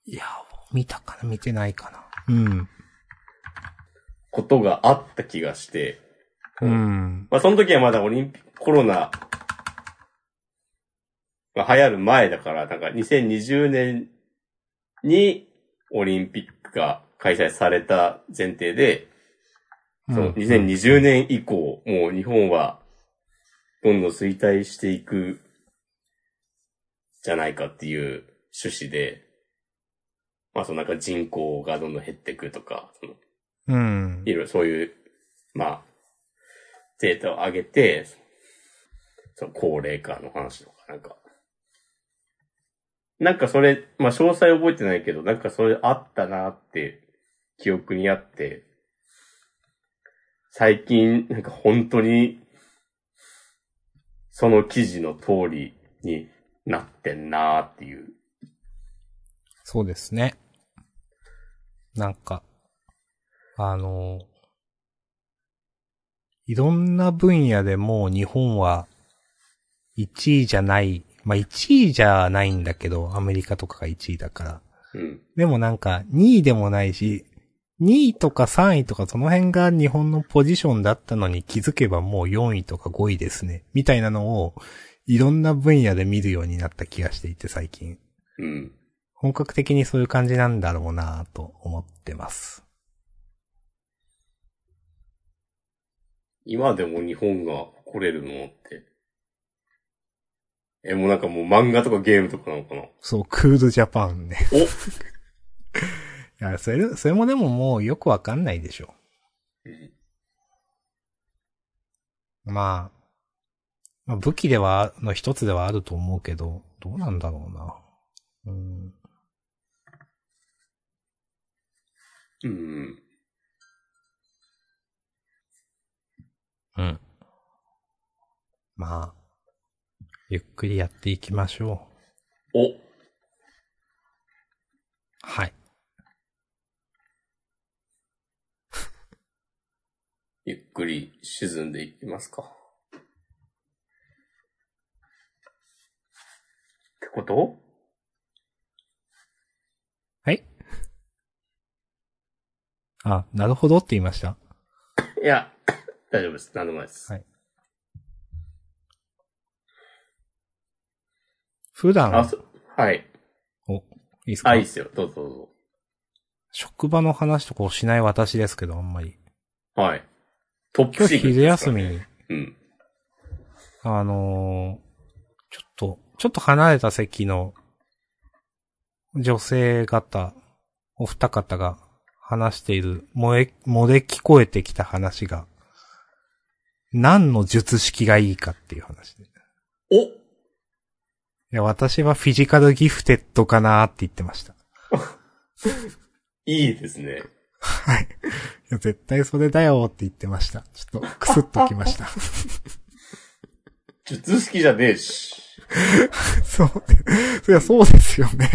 Speaker 1: いや、見たかな見てないかな。うん。
Speaker 2: ことがあった気がして、
Speaker 1: うん。
Speaker 2: まあその時はまだオリンピック、コロナが流行る前だから、なんか2020年にオリンピックが開催された前提で、その2020年以降、もう日本はどんどん衰退していくじゃないかっていう趣旨で、まあそのなんか人口がどんどん減っていくとか、その
Speaker 1: うん。
Speaker 2: いろいろそういう、まあ、データを上げて、その高齢化の話とか、なんか。なんかそれ、まあ詳細覚えてないけど、なんかそれあったなって、記憶にあって、最近、なんか本当に、その記事の通りになってんなっていう。
Speaker 1: そうですね。なんか、あの、いろんな分野でもう日本は1位じゃない、まあ1位じゃないんだけど、アメリカとかが1位だから。
Speaker 2: うん。
Speaker 1: でもなんか2位でもないし、2位とか3位とかその辺が日本のポジションだったのに気づけばもう4位とか5位ですね。みたいなのをいろんな分野で見るようになった気がしていて最近。
Speaker 2: うん。
Speaker 1: 本格的にそういう感じなんだろうなぁと思ってます。
Speaker 2: 今でも日本が誇れるものって。え、もうなんかもう漫画とかゲームとかなのかな
Speaker 1: そう、クールジャパンね。
Speaker 2: お
Speaker 1: いや、それ、それもでももうよくわかんないでしょ。まあ、まあ、武器では、の一つではあると思うけど、どうなんだろうな。うん。
Speaker 2: うん。
Speaker 1: うん。まあ、ゆっくりやっていきましょう。
Speaker 2: お、
Speaker 1: はい。
Speaker 2: ゆっくり沈んでいきますか。ってこと
Speaker 1: はいあ、なるほどって言いました。
Speaker 2: いや、大丈夫です。何でもないです。
Speaker 1: はい普段、
Speaker 2: あ、そはい。
Speaker 1: いいですか
Speaker 2: あ、いいっすよ。どうぞどうぞ。
Speaker 1: 職場の話とかをしない私ですけど、あんまり。
Speaker 2: はい。トップ
Speaker 1: 今日
Speaker 2: シークレ
Speaker 1: 昼
Speaker 2: ットです
Speaker 1: 休
Speaker 2: から
Speaker 1: み
Speaker 2: ね
Speaker 1: に、
Speaker 2: うん。
Speaker 1: あのーちょっと、ちょっと離れた席の女性方、お二方が話している、漏れ、漏れ聞こえてきた話が、何の術式がいいかっていう話で。い
Speaker 2: お
Speaker 1: や、私はフィジカルギフテッドかなーって言ってました。
Speaker 2: いいですね。
Speaker 1: はい。いや、絶対それだよーって言ってました。ちょっと、くすっときました。
Speaker 2: 術式じゃねえし。
Speaker 1: そう。 そりゃそうですよね。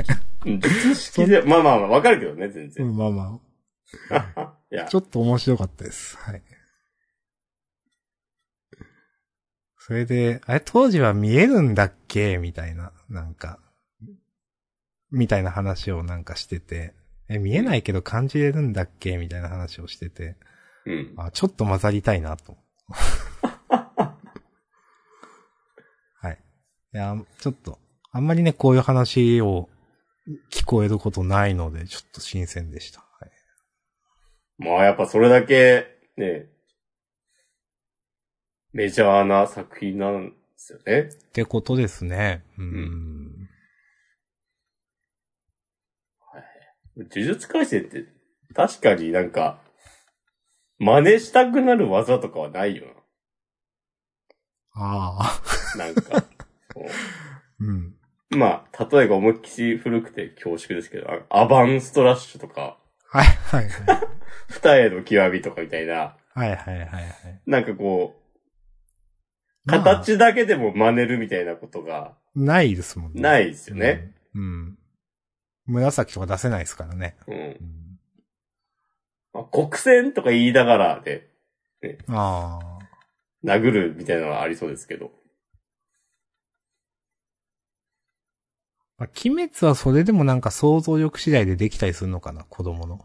Speaker 2: うん術式で、まあまあまあ、わかるけどね、全
Speaker 1: う
Speaker 2: 然。
Speaker 1: ん、まあま
Speaker 2: いや
Speaker 1: あ。ち、ょっと面白かったです。はい。それで、あれ当時は見えるんだっけみたいな、なんか、みたいな話をなんかしてて、え、見えないけど感じれるんだっけみたいな話をしてて、
Speaker 2: うん。
Speaker 1: あ、ちょっと混ざりたいなと。はい。いや、ちょっと、あんまりね、こういう話を聞こえることないので、ちょっと新鮮でした。はい、
Speaker 2: まあやっぱそれだけ、ね、メジャーな作品なんですよね。
Speaker 1: ってことですね。うーん。
Speaker 2: う呪術改正って、確かになんか、真似したくなる技とかはないよ
Speaker 1: ああ。
Speaker 2: な。な んか。こ
Speaker 1: うん。
Speaker 2: うまあ、例えが思いっきし古くて恐縮ですけど、あアバンストラッシュとか、
Speaker 1: はい、はい、はい。
Speaker 2: 二重の極みとかみたいな、
Speaker 1: はい、はい、はいはい。
Speaker 2: なんかこう、
Speaker 1: まあ
Speaker 2: 形だけでも真似るみたいなことが
Speaker 1: ないですもんね。
Speaker 2: ないいですよね。。
Speaker 1: うん。うん紫とか出せないですからね。
Speaker 2: うん
Speaker 1: う。ん、
Speaker 2: まあ、国戦とか言いながらで、
Speaker 1: ああ。
Speaker 2: 殴るみたいなのはありそうですけど。
Speaker 1: まあ、鬼滅はそれでもなんか想像力次第でできたりするのかな、子供の。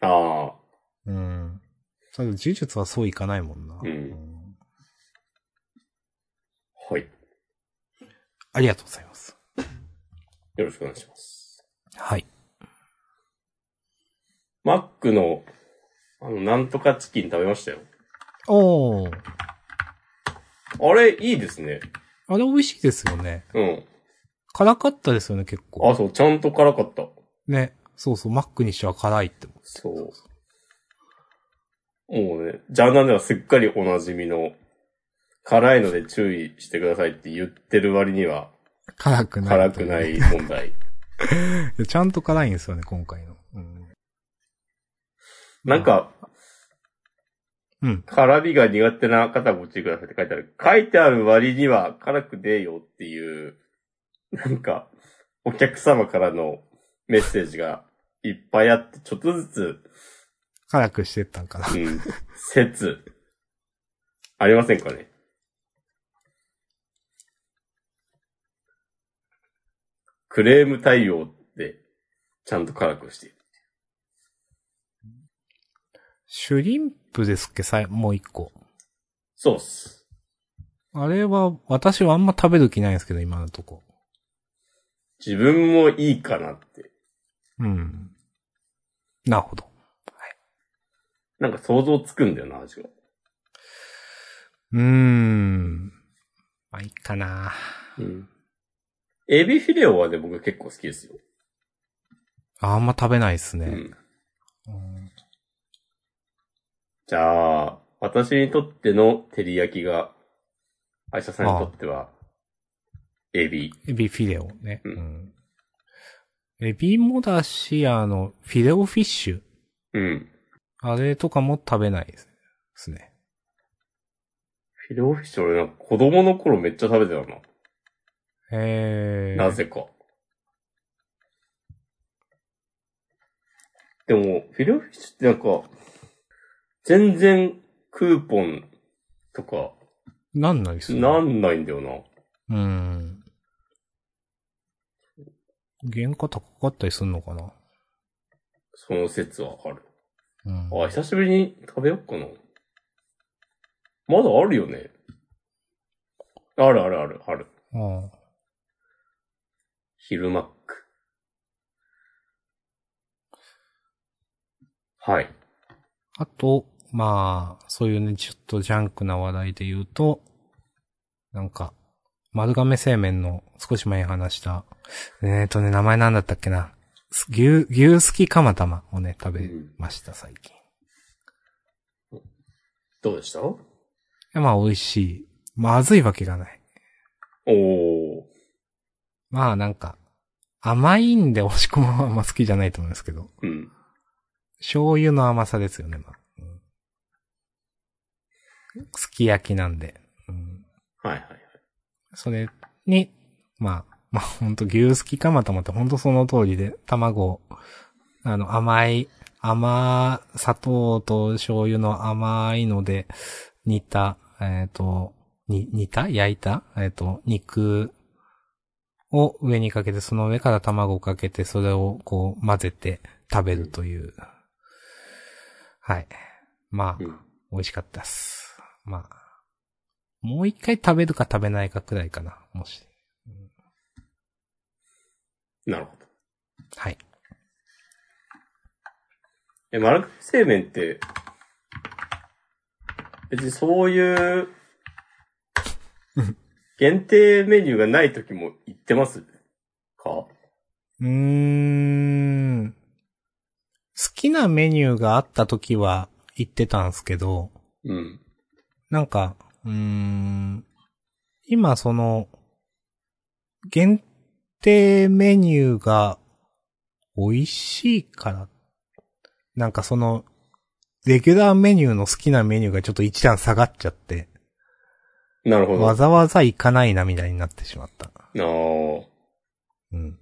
Speaker 2: ああ。
Speaker 1: うん。ただ呪術はそういかないもんな。
Speaker 2: うんはい。
Speaker 1: ありがとうございます。
Speaker 2: よろしくお願いします。
Speaker 1: はい。
Speaker 2: マックの、あの、なんとかチキン食べましたよ。
Speaker 1: おー。
Speaker 2: あれ、いいですね。
Speaker 1: あれ美味しいですよね。
Speaker 2: うん。
Speaker 1: 辛かったですよね、結構。
Speaker 2: あ、そう、ちゃんと辛かった。
Speaker 1: ね。そうそう、マックにしては辛いって思う。
Speaker 2: そう。もうね、ジャーナルではすっかりおなじみの、辛いので注意してくださいって言ってる割には、
Speaker 1: 辛くない。
Speaker 2: 辛くな。い問題。
Speaker 1: ちゃんと辛いんですよね、今回の。うん。
Speaker 2: なんか、
Speaker 1: うん。
Speaker 2: 辛味が苦手な方はご注意くださいって書いてある。書いてある割には辛くねえよっていう、なんか、お客様からのメッセージがいっぱいあって、ちょっとずつ、
Speaker 1: 辛くしてったんかな。
Speaker 2: うん、説、ありませんかねクレーム対応って、ちゃんと辛くしている。
Speaker 1: シュリンプですっけ、さいもう一個。
Speaker 2: そうっす。
Speaker 1: あれは、私はあんま食べる気ないんですけど、今のとこ。
Speaker 2: 自分もいいかなって。
Speaker 1: うん。なるほど。
Speaker 2: なんか想像つくんだよな、味が。
Speaker 1: うーん。まあ、いいかな。
Speaker 2: うん。エビフィレオはね、僕結構好きですよ。
Speaker 1: あんま食べないです
Speaker 2: う
Speaker 1: ね。
Speaker 2: ん。
Speaker 1: うん
Speaker 2: じゃあ、私にとっての照り焼きが、愛車さんにとっては、AB。
Speaker 1: エビフィレオね。
Speaker 2: う
Speaker 1: うんん。エビもだし、あの、フィレオフィッシュ。
Speaker 2: うん。
Speaker 1: あれとかも食べないですですね。
Speaker 2: フィレオフィッシュ俺なんか子供の頃めっちゃ食べてたな。
Speaker 1: えー。
Speaker 2: なぜか。でも、フィレオフィッシュってなんか、全然クーポンとか、
Speaker 1: なんないっすね
Speaker 2: なんないんだよな。
Speaker 1: うん。原価高かったりすんのかな
Speaker 2: その説はある。
Speaker 1: うん。
Speaker 2: あ、久しぶりに食べよっかな。まだあるよね。あるあるある、ある。
Speaker 1: あ
Speaker 2: 昼マック。はい。
Speaker 1: あと、まあ、そういうね、ちょっとジャンクな話題で言うと、なんか、丸亀製麺の少し前に話した、えーとね、名前なんだったっけな。す牛、牛すき釜玉をね、食べました、最近。い
Speaker 2: どうでしたお
Speaker 1: やまあ、美味しい。まずいわけがない。
Speaker 2: ー。
Speaker 1: まあ、なんか、甘いんで、押し込まはあんま好きじゃないと思うんですけど、
Speaker 2: うん。
Speaker 1: 醤油の甘さですよね、まあ。うん、すき焼きなんで。うん
Speaker 2: はいはい。
Speaker 1: それに、まあ、まあほんと牛すきかまたまってほんとその通りで、卵を、あの甘い、甘、砂糖と醤油の甘いので、煮た、えっ、と、に、煮た焼いたえっ、と、肉を上にかけて、その上から卵をかけて、それをこう混ぜて食べるという。はい。まあ
Speaker 2: う、ん。
Speaker 1: 美味しかったっす。まあ。もう一回食べるか食べないかくらいかな、もし。
Speaker 2: なるほど。
Speaker 1: はい。
Speaker 2: え、マルク製麺って、別にそういう、限定メニューがない時も行ってますか
Speaker 1: うーん。好きなメニューがあった時は行ってたんすけど、
Speaker 2: うん。
Speaker 1: なんか、うーん。今その、限定メニューが美味しいから、なんかその、レギュラーメニューの好きなメニューがちょっと一段下がっちゃって、
Speaker 2: なるほど。
Speaker 1: わ
Speaker 2: あ
Speaker 1: ざわざ行かないなみたいになってしまった。
Speaker 2: ー
Speaker 1: うん。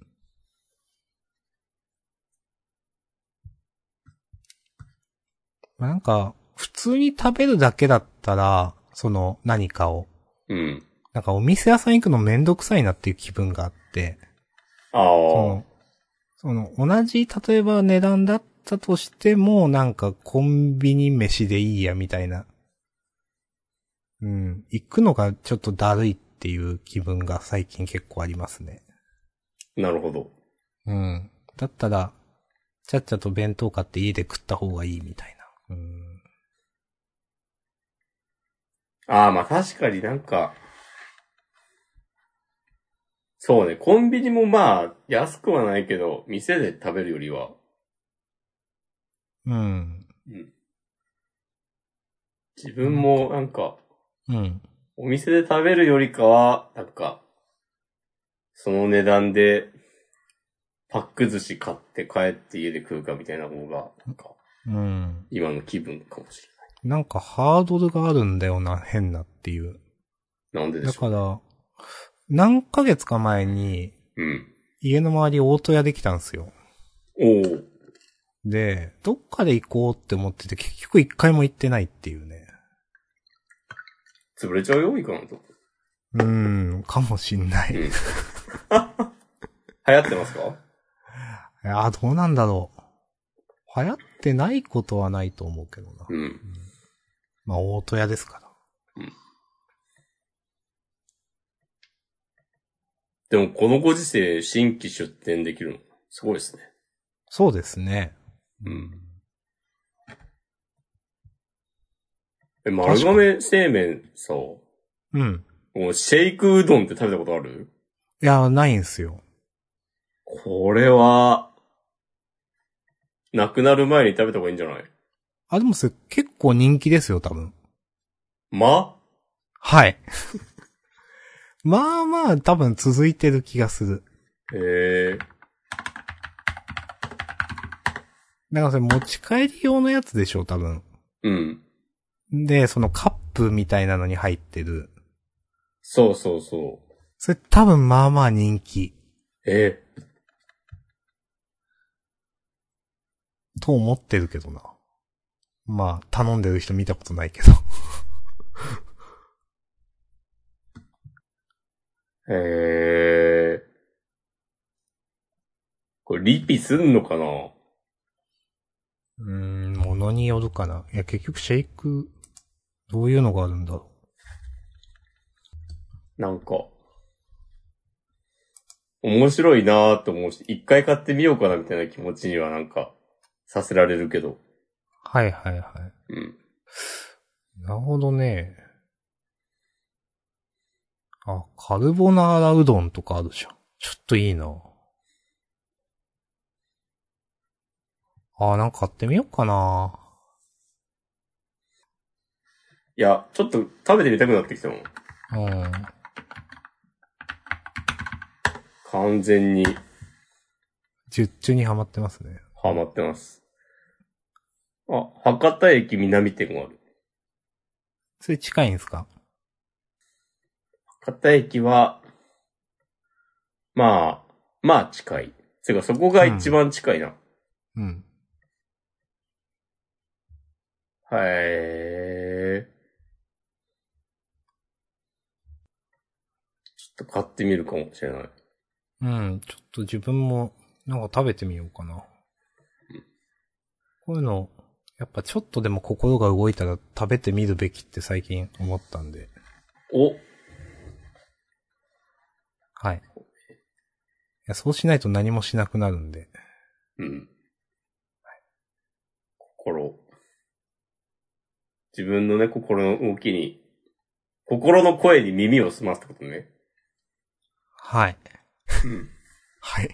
Speaker 1: まあなんか、普通に食べるだけだったら、その何かを、
Speaker 2: うん。
Speaker 1: なんかお店屋さん行くのめんどくさいなっていう気分があって、
Speaker 2: ああ。
Speaker 1: その、その同じ、例えば値段だったとしても、なんかコンビニ飯でいいやみたいな。うん。行くのがちょっとだるいっていう気分が最近結構ありますね。
Speaker 2: なるほど。
Speaker 1: うん。だったら、ちゃっちゃと弁当買って家で食った方がいいみたいな。うん。
Speaker 2: ああ、まあ確かになんか、そうね、コンビニもまあ、安くはないけど、店で食べるよりは、
Speaker 1: うん。
Speaker 2: 自分もなんか、
Speaker 1: うん。
Speaker 2: お店で食べるよりかは、なんか、その値段で、パック寿司買って帰って家で食うかみたいな方が、なんか、
Speaker 1: うん。
Speaker 2: 今の気分かもし
Speaker 1: なんかハードルがあるんだよな、変なっていう。
Speaker 2: れない。なんでで
Speaker 1: だ
Speaker 2: しょ
Speaker 1: か
Speaker 2: う。
Speaker 1: ら、何ヶ月か前に、
Speaker 2: うん。
Speaker 1: 家の周りオート屋できたんですよ。
Speaker 2: おー
Speaker 1: で、どっかで行こうって思ってて、結局一回も行ってないっていうね。
Speaker 2: 潰れちゃうよ、いかないと。
Speaker 1: うーん、かもしんない。
Speaker 2: う
Speaker 1: い
Speaker 2: ん。流行ってますか
Speaker 1: や、どうなんだろう。流行ってないことはないと思うけどな。
Speaker 2: うん。
Speaker 1: まあ、大戸屋ですから。
Speaker 2: でも、このご時世、新規出店できるの、すごいですね。
Speaker 1: そうですね。
Speaker 2: うん。え、丸亀製麺さ、も
Speaker 1: うん。
Speaker 2: うシェイクうどんって食べたことある
Speaker 1: いや、ないんすよ。
Speaker 2: これは、なくなる前に食べた方がいいんじゃない
Speaker 1: あ、でもそれ結構人気ですよ、多分。
Speaker 2: ま
Speaker 1: はい。 まあまあ多分続いてる気がする。
Speaker 2: ええ
Speaker 1: だからそれ持ち帰り用のやつでしょ、多分。
Speaker 2: うん。
Speaker 1: で、そのカップみたいなのに入ってる。
Speaker 2: そうそうそう。
Speaker 1: それ多分まあまあ人気
Speaker 2: ええ
Speaker 1: と思ってるけどな。まあ、頼んでる人見たことないけど。
Speaker 2: ええこれリピすんのかな
Speaker 1: うーん、ものによるかな。いや、結局シェイク、どういうのがあるんだろ
Speaker 2: なんか、面白いなーと思うし、一回買ってみようかなみたいな気持ちにはなんか、させられるけど。
Speaker 1: う。はいはいはい。
Speaker 2: うん。
Speaker 1: なるほどね。あ、カルボナーラうどんとかあるじゃん。ちょっといいな。あ、なんか買ってみようかな。
Speaker 2: いや、ちょっと食べてみたくなってきたもん。
Speaker 1: うん。
Speaker 2: 完全に
Speaker 1: 十中にハマってますね。
Speaker 2: ハマってます。あ、博多駅南店がある。
Speaker 1: それ近いんですか
Speaker 2: 博多駅は、まあ、まあ近い。てかそこが一番近いな。
Speaker 1: うん。
Speaker 2: はい。ちょっと買ってみるかもしれない。
Speaker 1: うん、ちょっと自分も、なんか食べてみようかな。こういうの、やっぱちょっとでも心が動いたら食べてみるべきって最近思ったんで。
Speaker 2: お、
Speaker 1: はい。いや、そうしないと何もしなくなるんで。
Speaker 2: うん。心。自分のね、心の動きに、心の声に耳を澄ますってことね。
Speaker 1: はい。
Speaker 2: うん
Speaker 1: はい。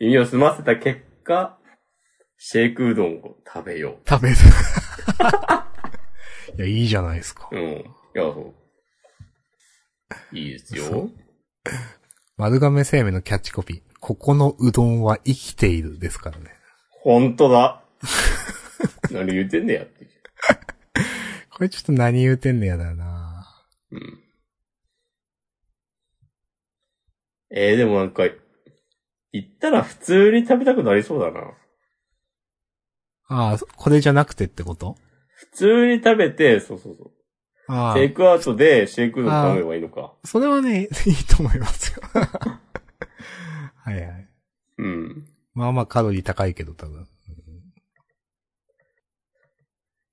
Speaker 2: 耳を澄ませた結果、シェイクうどんを食べよ
Speaker 1: 食べる。 いや、いいじゃないですか
Speaker 2: う。う。ん。いや、そう。いいですよ。
Speaker 1: 丸亀製麺のキャッチコピー。ここのうどんは生きているですからね。
Speaker 2: ほんとだ。何言ってんねやって。
Speaker 1: これちょっと何言うてんのやだな
Speaker 2: うん。えー、でもなんか、行ったら普通に食べたくなりそうだな。
Speaker 1: ああ、これじゃなくてってこと
Speaker 2: 普通に食べて、そうそうそう。
Speaker 1: あ
Speaker 2: テイクアウトでシェイクうどん頼めばいいのか。
Speaker 1: あ、それはね、い いと思いますよ。 はいはい。
Speaker 2: うん。
Speaker 1: まあまあカロリー高いけど多分。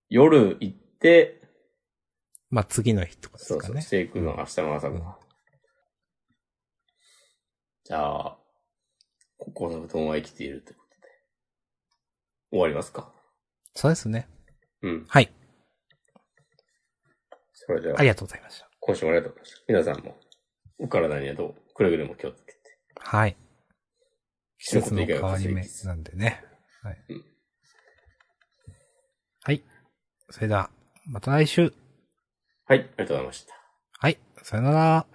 Speaker 2: 夜行って、
Speaker 1: まあ次の日とかで
Speaker 2: そ
Speaker 1: す
Speaker 2: う
Speaker 1: か
Speaker 2: そう、
Speaker 1: ね。
Speaker 2: シェイクうどん明日の朝ごはん。じゃあ、ここのうどんは生きているってことで。終わりますか。
Speaker 1: そうですね。
Speaker 2: うん。
Speaker 1: はい。
Speaker 2: それでは
Speaker 1: あ、りがとうございました。
Speaker 2: 今週もありがとうございました。皆さんも、お体にはどう、くれぐれも気をつけて。
Speaker 1: はい。季節の変わり目
Speaker 2: 季節の
Speaker 1: なんでね。はい
Speaker 2: うん。
Speaker 1: はい。それでは、また来週。
Speaker 2: はい、ありがとうございました。
Speaker 1: はい。さよなら。